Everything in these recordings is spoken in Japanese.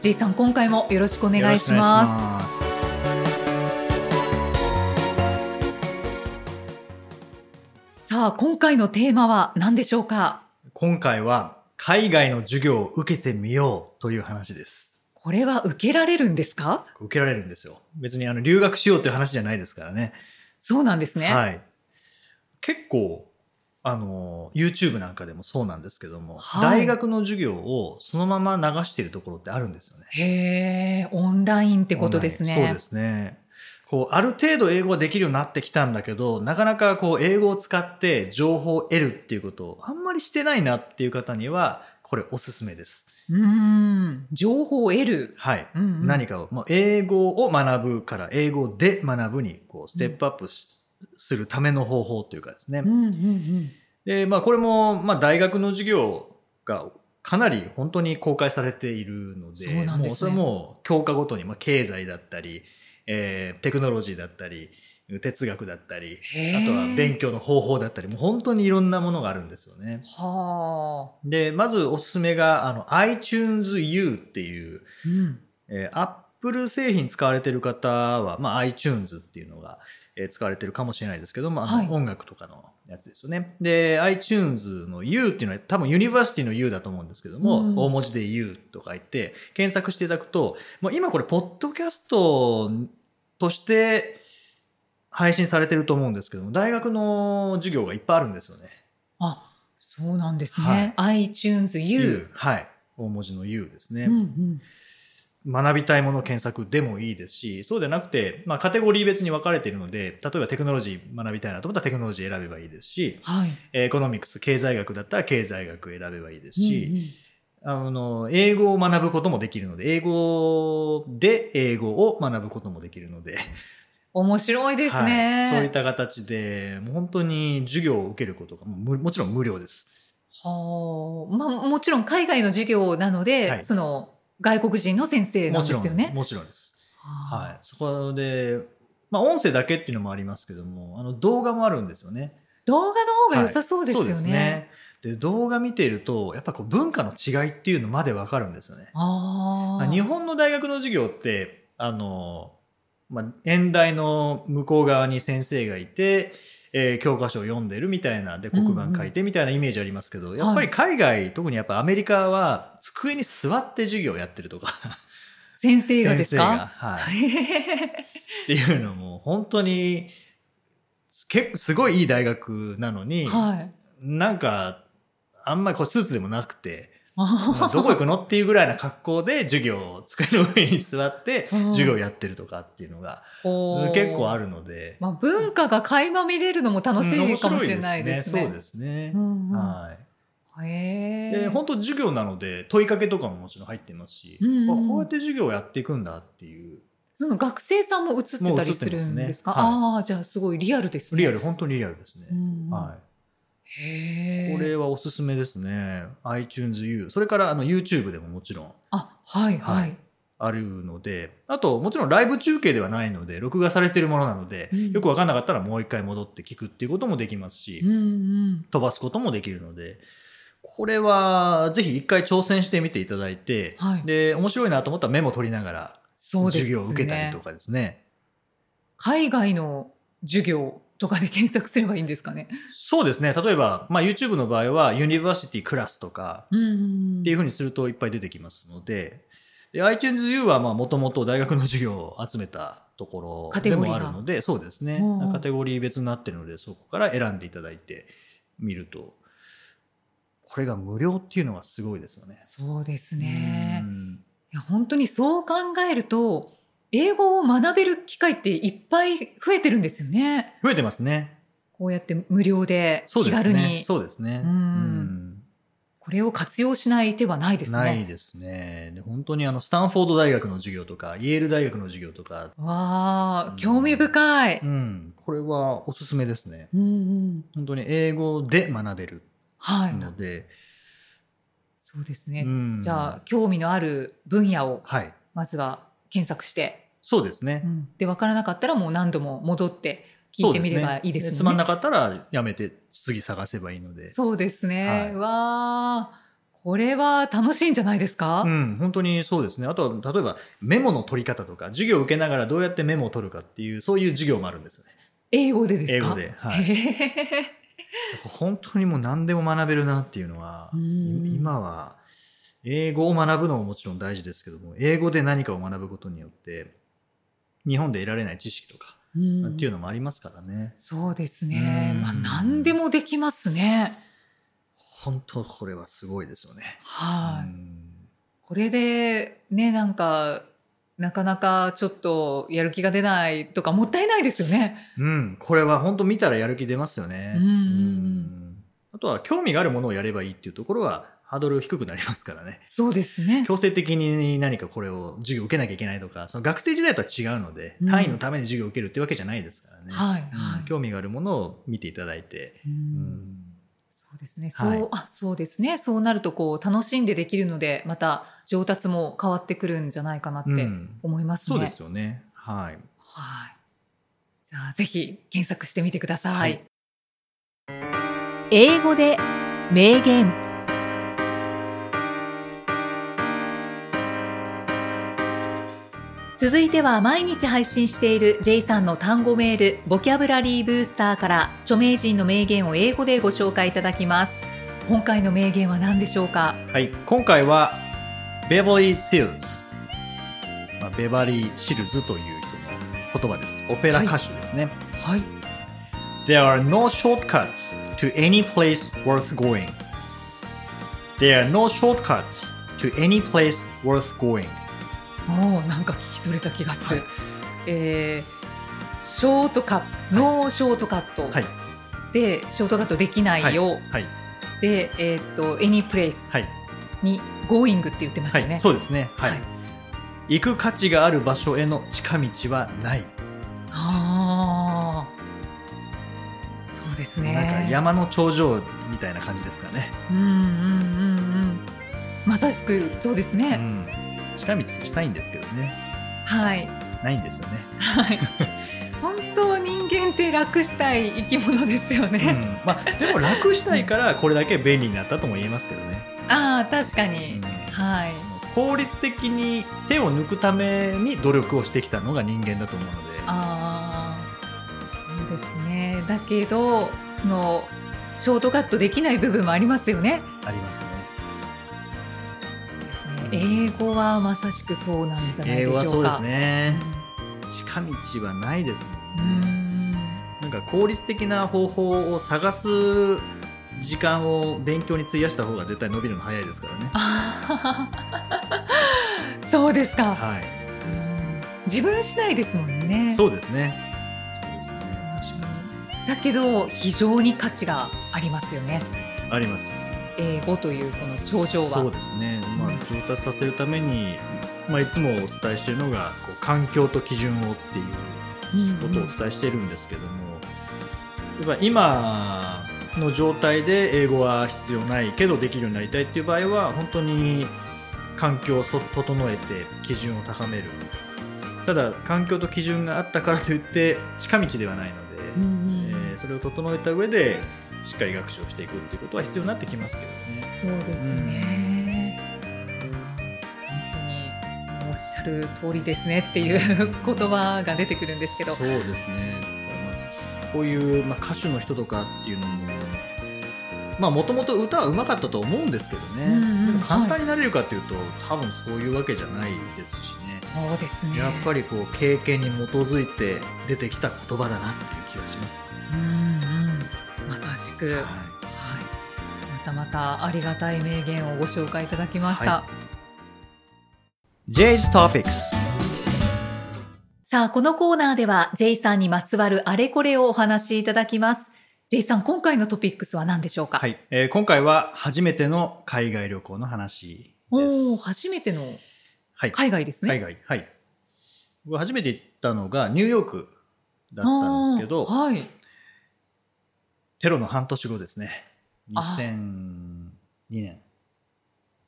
J さん今回もよろしくお願いしますす。さあ今回のテーマは何でしょうか今回は海外の授業を受けてみようという話です。これは受けられるんですか受けられるんですよ。別にあの留学しようという話じゃないですからね。そうなんですね。はい。結構、あの、YouTube なんかでもそうなんですけども、はい大学の授業をそのまま流しているところってあるんですよね。へえ、オンラインってことですね。そうですね。こう、ある程度英語ができるようになってきたんだけど、なかなかこう、英語を使って情報を得るっていうことをあんまりしてないなっていう方には、これおすすめです。うーん、情報を得る。はい。うんうん何かを、もう英語を学ぶから、英語で学ぶに、こう、ステップアップしするための方法というかですね。うんうんうん。で、まあ、これも、まあ、大学の授業が、かなり本当に公開されているので、そうなんですねもうそれはもう教科ごとに、まあ、経済だったり、えーテクノロジーだったり、哲学だったり、へーあとは勉強の方法だったり、もう本当にいろんなものがあるんですよね。はあ。で、まずおすすめが、あの、iTunes U っていう、うん。えー、Apple 製品使われてる方は、まあ、iTunes っていうのが、えー使われてるかもしれないですけども、あのはい音楽とかのやつですよね。で、iTunes の U っていうのは多分 University の U だと思うんですけども、うん大文字で U とか言って検索していただくと、もう今これ、ポッドキャストとして配信されてると思うんですけども、大学の授業がいっぱいあるんですよね。あ、そうなんですね。iTunes U。。はい。大文字の U ですね。うんうん。学びたいもの検索でもいいですし、そうでなくて、まあ、カテゴリー別に分かれているので、例えばテクノロジー学びたいなと思ったらテクノロジー選べばいいですし、はい。エコノミクス、経済学だったら経済学選べばいいですうんし、うんあの、英語を学ぶこともできるので、英語で英語を学ぶこともできるので、面白いですね。はいそういっはた形で、もう本当に授業を受けることがもうもちろん無料です。あ。まあ、もちろん海外の授業なので、はいその外国人の先生なんもでちすろん、よね。もちろんです。ははい。そこで、まあ、音声だけっていうのもありますけども、あの、動画もあるんですよね。動画の方が良さそうですよね。はいそうで動画見ているとやっぱこう文化の違いっていうのまでわかるんですよね。ああ。日本の大学の授業ってあの、まあ、演題の向こう側に先生がいて、えー教科書を読んでるみたいなで黒板書いてみたいなイメージありますけど、やっぱり海外特にやっぱアメリカは机に座って授業をやってるとか先生がで先す生かが、はい、 っていうのも本当にけすごいいい大学なのに、はい。なんかあんまりこうスーツでもなくて。あ どこ行くのっていうぐらいな格好で授業を机の上に座っ てうん授業やってるとかっていうのが結構あ。るのでまあ、文化が垣間見れるのも楽しうん面いか白もしれないですね。そうですねう。んうんはいへでえ。本当授業なので問いかけとかももちろん入ってますし、うんうんあこうやって授業をやっていくんだっていうその学生さんも映ってたりするんですか。もうああ、映ってますじゃあすごいリアルですね。リアル本当にリアルですうね。んうん。はへい、え。これはおすすめですね iTunesU それからあの YouTube でももちろんあ、はいはい。はいあるので、あと、もちろんライブ中継ではないので、録画されてるものなので、うんよくわかんなかったらもう一回戻って聞くっていうこともできますし、うんうん。飛ばすこともできるので、これは、ぜひ一回挑戦してみていただいて、はいで、面白いなと思ったらメモ取りながら、そうです授ね。業を受けたりとかですね。海外の授業とかで検索すればいいんですかね。そうですね。例えば、まあ、YouTube の場合は、ユニバーシティクラスとか、うんうん。っていうふうにするといっぱい出てきますので、で iTunes U はもともと大学の授業を集めたところカテでゴリーもがあるので、そうですねうんうん。カテゴリー別になってるので、そこから選んでいただいてみると、これが無料っていうのがすごいですよね。そうですねう。んいや本当にそう考えると英語を学べる機会っていっぱい増えてるんですよね。増えてますね。こうやって無料でそう気です軽ね。にそうですね。うんうんこれを活用しない手はないですね。ないですね。で本当にあの、スタンフォード大学の授業とか、イェール大学の授業とか、わうあん、興味深い。うん、これはおすすめですね。うんうん。本当に英語で学べるはい。ので、そうですね。うんじゃあ、興味のある分野をはい。まずは検索して、そうですね。うんで、わからなかったらもう何度も戻って聞いてみればいいですそうよつまんねな。かったらやめて、次探せばいいので。そうですね。はいうわあ、これは楽しいんじゃないですか、うん、本当にそうですね。あとは、例えばメモの取り方とか、授業を受けながらどうやってメモを取るかっていう、そういう授業もあるんですよね。英語でですか英語ではいへえ本当にもう何でも学べるなっていうのは、うんい今は、英語を学ぶのももちろん大事ですけども、英語で何かを学ぶことによって、日本で得られない知識とか、うんっていうのもありますからね。そうですね。うんまあ、何でもできますね。本当これはすごいですよね。はい、うんこれでねなんかなかなかちょっとやる気が出ないとかもったいないですよね。うん、これは本当見たらやる気出ますよね。うんうんうんんあとは興味があるものをやればいいっていうところはハードル低くなりますからね。そうですね。強制的に何かこれを授業受けなきゃいけないとか、その学生時代とは違うのでう、ん単位のために授業を受けるってわけじゃないですからね。はいうんはい。興味があるものを見ていただいて。ううんんそうですね。そう、はいあそうですね。そうなるとこう楽しんでできるのでまた上達も変わってくるんじゃないかなっうてん思いますね。そうですよね。はい。はい。じゃあぜひ検索してみてください。はい英語で名言。続いては毎日配信している J さんの単語メールボキャブラリーブースターから著名人の名言を英語でご紹介いただきます。今回の名言は何でしょうか。はい、今回はベバリー・シルズ、まあ、ベバリー・シルズという人の言葉ですオペラ歌手ですね、はい。 There are no shortcuts to any place worth going There are no shortcuts to any place worth going もうなんか聞き取れた気がする。えーショートカット、ノーショートカット。はいでショートカットできないよ、はいで、えーっと「any place はい、」に「going」って言ってましたはよいね。そうですねはい、はい行く価値がある場所への近道はない、あーそうですね。なんか山の頂上みたいな感じですかね、うんうんうんうんまさしくそうですうね。ん、近道したいんですけどねはい、ないんです よねはい、本当人間って楽したい生き物ですようね。んまあ、でも楽したいからこれだけ便利になったとも言えますけどね、ああ確かうんに、はいその効率的に手を抜くために努力をしてきたのが人間だと思うのでああそうですねだけどそのショートカットできない部分もありますよね。ありますね英語はまさしくそうなんじゃないで英語はしそょううでかす。ね近道はないですうもんね、んなんか効率的な方法を探す時間を勉強に費やした方が絶対伸びるの早いですからねあーそうですか、はい、うん自分次第ですもんねそうですねそうですね確かだけど非常に価値がありますよねにあります英語というこの症状そうはですね、まあうん、上達させるために、まあ、いつもお伝えしているのがこう環境と基準をっていううんことをお伝えしているんですけども、やっぱ今の状態で英語は必要ないけどできるようになりたいっていう場合は本当に環境をそ整えて基準を高めるただ環境と基準があったからといって近道ではないので、うんうんえーそれを整えた上でしっかり学習をしていくっていうことは必要になってきますけどね。そうですね。本当におっしゃる通りですねっていう言葉が出てくるんですけど、そうですねまあこういう、まあ、歌手の人とかっていうのもまあもともと歌は上手かったと思うんですけどね、うんうんでも簡単になれるかっていうと、多分そういうわけじゃないですしねそうですね。やっぱりこう経験に基づいて出てきた言葉だなっていう気がしますうんうん、まさしく、ね、はい、はまたまたありがたい名言をご紹介いただきました。い、J's Topics さあ、このコーナーでは J さんにまつわるあれこれをお話しいただきます。 J さん、今回のトピックスは何でしょうか。はい、えー今回は初めての海外旅行の話でおお、す。初めてのはい、海外ですね。海外、はい。僕初めて行ったのがニューヨークだったんですけどあ、ーはい。テロの半年後ですね。あ2002年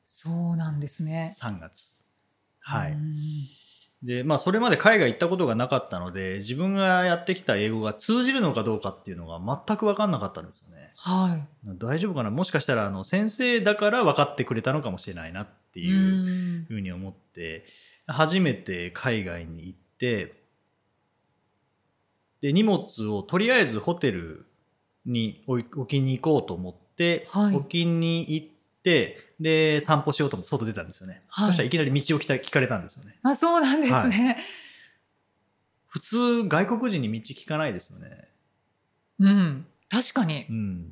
そうなんですね。 3月。はうい。んで、まあ、それまで海外行ったことがなかったので、自分がやってきた英語が通じるのかどうかっていうのが全く分かんなかったんですよね。は大丈夫かなもしかしたら、あの、先生だから分かってくれたのかもしれないなってい。いううんふうに思って初めて海外に行ってで荷物をとりあえずホテルに置い置きに行こうと思って、はい置きに行ってで散歩しようと思って外出たんですよね、はいそしたらいきなり道を聞か聞かれたんですよねあ、そうなんですね。普通外国人に道聞かないですよねうん、確かにう。ん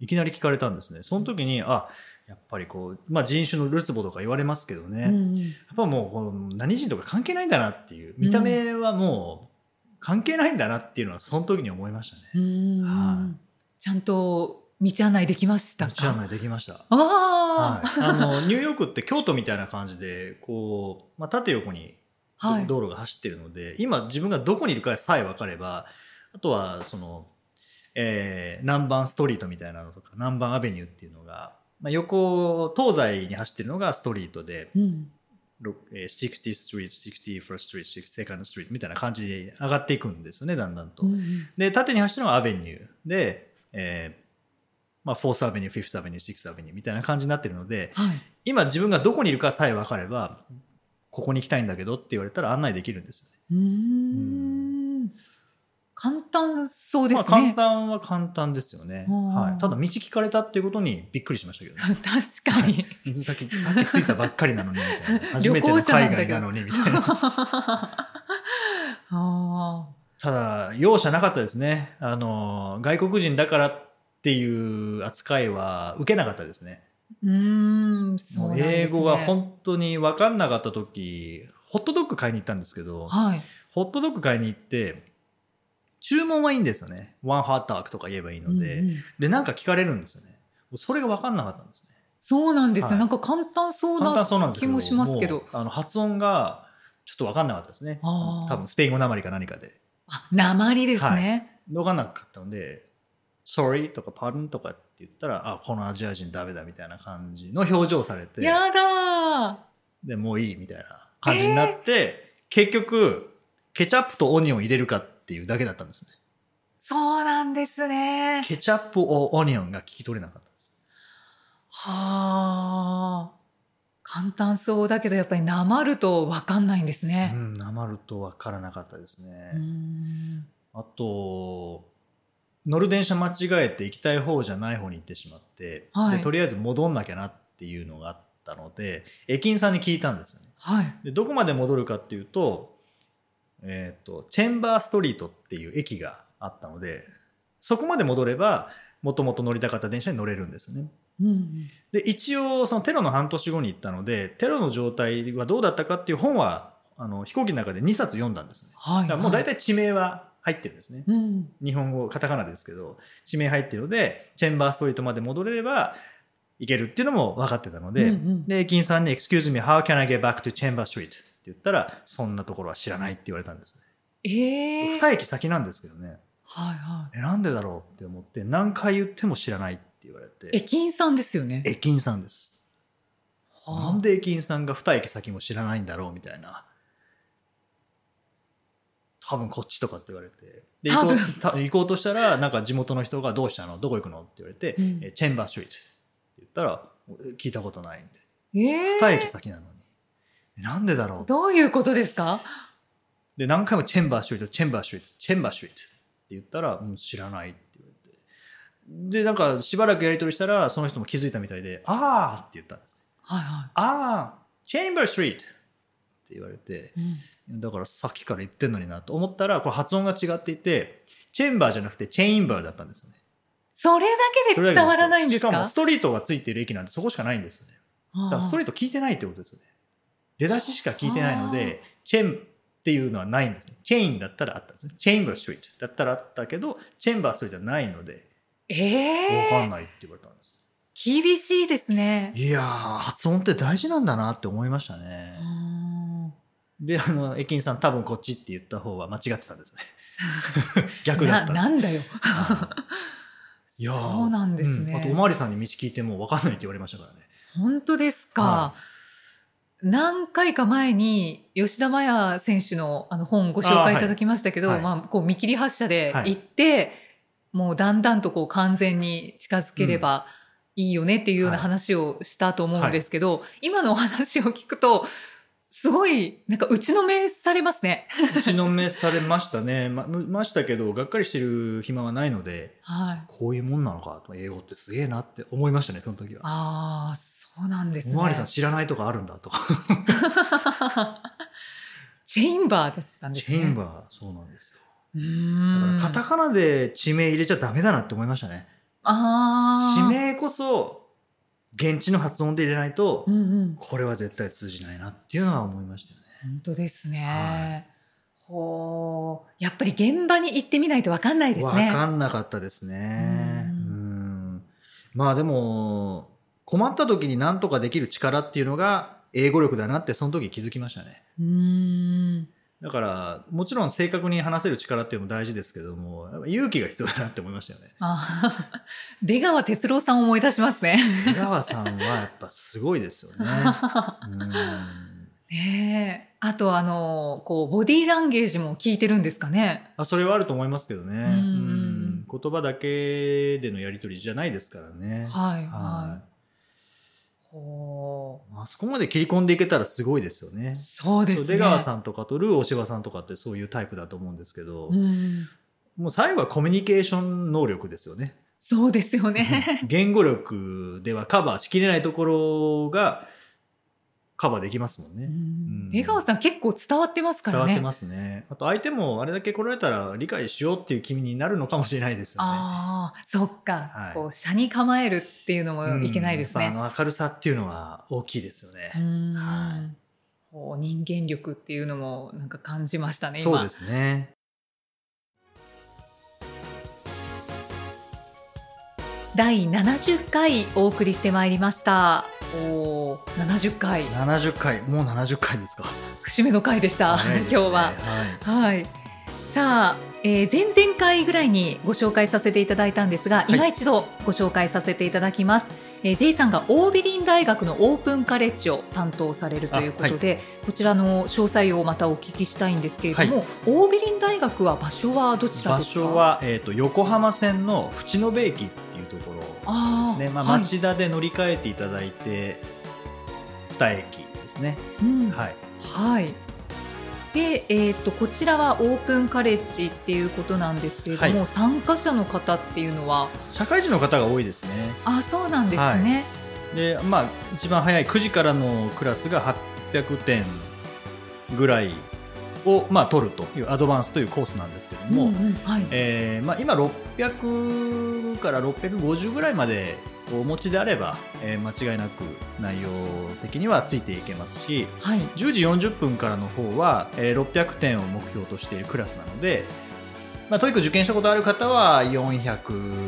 いきなり聞かれたんですねその時にあやっぱりこう、まあ、人種のるつぼとか言われますけどね、うんうんやっぱもうこの何人とか関係ないんだなっていう見た目はもう関係ないんだなっていうのはその時に思いましたね。うんはちゃんと道案内できました道案か。内できました。あはい、あのニューヨークって京都みたいな感じでこう、まあ、縦横にあ、はい。道路が走ってるので、今自分がどこにいるかさえ分かればあとはその、えー南蛮ストリートみたいなのとか南蛮アベニューっていうのが、まあ、横東西に走ってるのがストリートでうん、ろえー60 Street、61st Street、62nd Street みたいな感じで上がっていくんですよね、だんだんと。うんうんで、縦に走ってるのはアベニューで、えーまあ、4th Avenue、5th Avenue、6th Avenue みたいな感じになってるので、はい。今自分がどこにいるかさえ分かれば、ここに行きたいんだけどって言われたら案内できるんですよね。うーん。簡単そうですね。まあ、簡単は簡単ですよね。うんはい、ただ、道聞かれたっていうことにびっくりしましたけどね。確かに。さっき、さっき着いたばっかりなのに、みたい な。初めて旅行の者なん海だけど外なのに、みたいな。 あただ容赦なかったですねあの外国人だからっていう扱いは受けなかったですねーうーん、そうなん英ですね。語が本当に分かんなかった時ホットドッグ買いに行ったんですけどはい。ホットドッグ買いに行って注文はいいんですよねワンハータークとか言えばいいので、うんうんでなんか聞かれるんですよねそれが分かんなかったんですねそうなんですね、はいなんか簡単そう簡単な。そうなんですけ気どもしますけどもうあの発音がちょっと分かんなかったですねあー多分スペイン語なまりか何かであ、鉛ですね。動かなかったので「Sorry」とか「Pardon」とかって言ったら「あこのアジア人ダメだ」みたいな感じの表情をされてやだでもういいみたいな感じになって、結局ケチャップとオニオン入れるかっていうだけだったんですねー。そうなんですね。ケチャップをオニオンが聞き取れなかったんですはあ。簡単そうだけど、やっぱりなまるとわかんないんですうね。んなまると分からなかったですね、うーん。あと乗る電車間違えて行きたい方じゃない方に行ってしまって、はいでとりあえず戻んなきゃなっていうのがあったので駅員さんに聞いたんですよねはい。でどこまで戻るかっていうと,、えー、とチェンバーストリートっていう駅があったのでそこまで戻ればもともと乗りたかった電車に乗れるんですねうんうん。で一応そのテロの半年後に行ったのでテロの状態はどうだったかっていう本はあの飛行機の中で2冊読んだんですねはい。だからもう大体。体地名は入ってるんですねうん。日本語カタカナですけど地名入ってるのでチェンバーストリートまで戻れれば行けるっていうのも分かってたので、うんうんで、駅員さんに、Excuse me, how can I get back to Chamber Street? って言ったら、そんなところは知らないって言われたんですね。ええ二駅先なんですけどね、はいはえ、なんでだろうって思って、何回言っても知らないって言われい。て、駅員さんですよね。駅員さんです。なんで駅員さんが二駅先も知らないんだろうみたいな。多分こっちとかって言われて。で、行多こ分うた行こうとしたら、なんか地元の人がどうしたのどこ行くのって言われて、うんえチェンバーストリートって言ったら、聞いたことないんで。ええ二駅先なのに。えなんでだろうどういうことですかで何回もチェンバーシュートチェンバーシュートチェンバーシュートって言ったらもう知らないって言われてでなんかしばらくやり取りしたらその人も気づいたみたいで「ああ」って言ったんですねはいは「ああチェンバーストリート」って言われてい。うんだからさっきから言ってんのになと思ったらこれ発音が違っていてチェンバーじゃなくてチェインバーだったんですよねそれだけそでれだ伝けわらないんですかしかもストリートがついてる駅なんてそこしかないんですよねだからストリート聞いてないってことですよね出だししか聞いてないのでチェンっていうのはないんですねチェインだったらあったんですねチェンバーストリートだったらあったけどチェンバーストリートはないのでえわかんえないって言われたんです。厳しいですね。いやー、発音って大事なんだなって思いましたね。うんで、あの、駅員さん多分こっちって言った方は間違ってたん ですね。逆だなった。なんだよ。 いやーそうなんですうんねあと、。おまわりさんに道聞いても分かんないって言われましたからね。本当ですか、は何回か前に吉田麻也選手のあの本ご紹介いただきましたけどあーはいまあ、こう見切り発車ではい行って、もうだんだんとこう完全に近づければいいよねっていうようなはい話をしたと思うんですけど、今のお話を聞くとすごいなんか打ちのめされますね。打ちのめされましたね。ま、ましたけど、がっかりしてる暇はないので、はい、こういうもんなのかと、英語ってすげえなって思いましたね、その時は。ああそうなんですね。おまわりさん知らないとかあるんだとか。 チェインバーだったんでチすね。ェンバー、そうなんですよ。うだーかんらカタカナで地名入れちゃダメだなって思いましたね。あ地ー名こそ現地の発音で入れないと、うんうん、これは絶対通じないなっていうのは思いましたよね。本当ですね。はほう、やっぱり現場に行ってみないとわかんないですわね。かんなかったですね。ううんんまあでも困った時に何とかできる力っていうのが英語力だなってその時気づきましたね。うーん、。だからもちろん正確に話せる力っていうのも大事ですけどもやっぱ勇気が必要だなって思いましたよね あ、出川哲朗さんを思い出します ね。江川さんはやっぱすごいですよ ね。うんねえ、あとあのこうボディーランゲージも聞いてるんですかね。あそれはあると思いますけどね。んうん言葉だけでのやり取りじゃないですからね。はいははいい。ほう、あそこまで切り込んでいけたらすごいですよね。そうですそね。う出川さんとかとルー大柴さんとかってそういうタイプだと思うんですけど、うん、もう最後はコミュニケーション能力ですよね。そうですよ ね。言語力ではカバーしきれないところがカバーできますもんうね。んん出川さん結構伝わってますから伝わってね。ますね。あと相手もあれだけ来られたら理解しようっていう気になるのかもしれないですよね。ああ、そっか、はいこう車に構えるっていうのもいけないですね。うんまああの明るさっていうのは大きいですようね。んはこう人間力っていうのもなんか感じましたね。今そうですね。第70回お送りしてまいりました。おお、70回70回、もう70回ですか。節目の回でした。早い今です日ねは。ははいい。さあ、えー、前々回ぐらいにご紹介させていただいたんですが、い今一度ご紹介させていただきます。えー、J さんがオービリン大学のオープンカレッジを担当されるということで、こちらの詳細をまたお聞きしたいんですけれども、オービリン大学は場所はどちら場ですか所は、えー、と横浜線の淵野辺駅っていうところあーですねまあ、はい町田で乗り換えていただいて2駅ですね、うんはい、はい。で、えー、とこちらはオープンカレッジっていうことなんですけれども、は参加者の方っていうのは社会人の方が多いですねあそうなんですね。で、まあ、一番早い9時からのクラスが800点ぐらいを、まあ、取るというアドバンスというコースなんですけども、うんうんはい。えーまあ、今600から650ぐらいまでお持ちであれば、えー間違いなく内容的にはついていけますしはい。 10時40分からの方は、えー600点を目標としているクラスなので、まあ、トイック受験したことある方は400、ま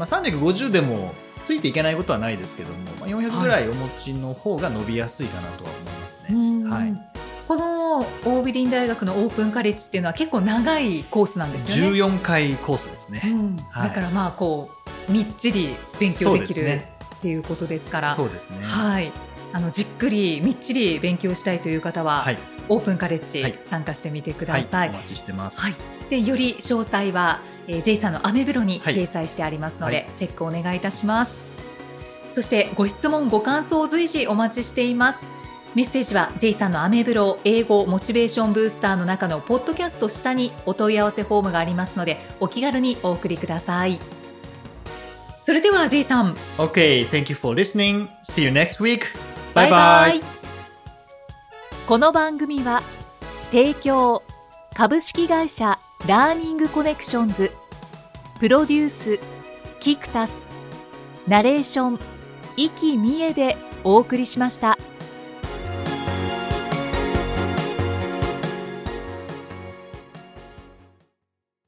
あ、350でもついていけないことはないですけども、まあ、400ぐらいお持ちの方が伸びやすいかなとは思いますうね。んはいこのオービリン大学のオープンカレッジっていうのは結構長いコースなんですよね。 14回コースですね。うんはいだからまあこうみっちり勉強できるっていうことですから、そうですね。そうですねはい。あのじっくりみっちり勉強したいという方は、はいオープンカレッはジい参加してみてくだはさい。、いお待ちしてます。はい、でより詳細は、えー、J さんのアメブロにはい掲載してありますので、はいチェックお願いいたしますそしてご質問ご感想を随時お待ちしていますメッセージは J さんのアメブロ英語モチベーションブースターの中のポッドキャスト下にお問い合わせフォームがありますのでお気軽にお送りくださいそれでは J さん Okay, thank you for listening. See you next week. バ Bye イバ bye. イこの番組は提供株式会社ラーニングコネクションズプロデュースキクタスナレーション生きみえでお送りしました。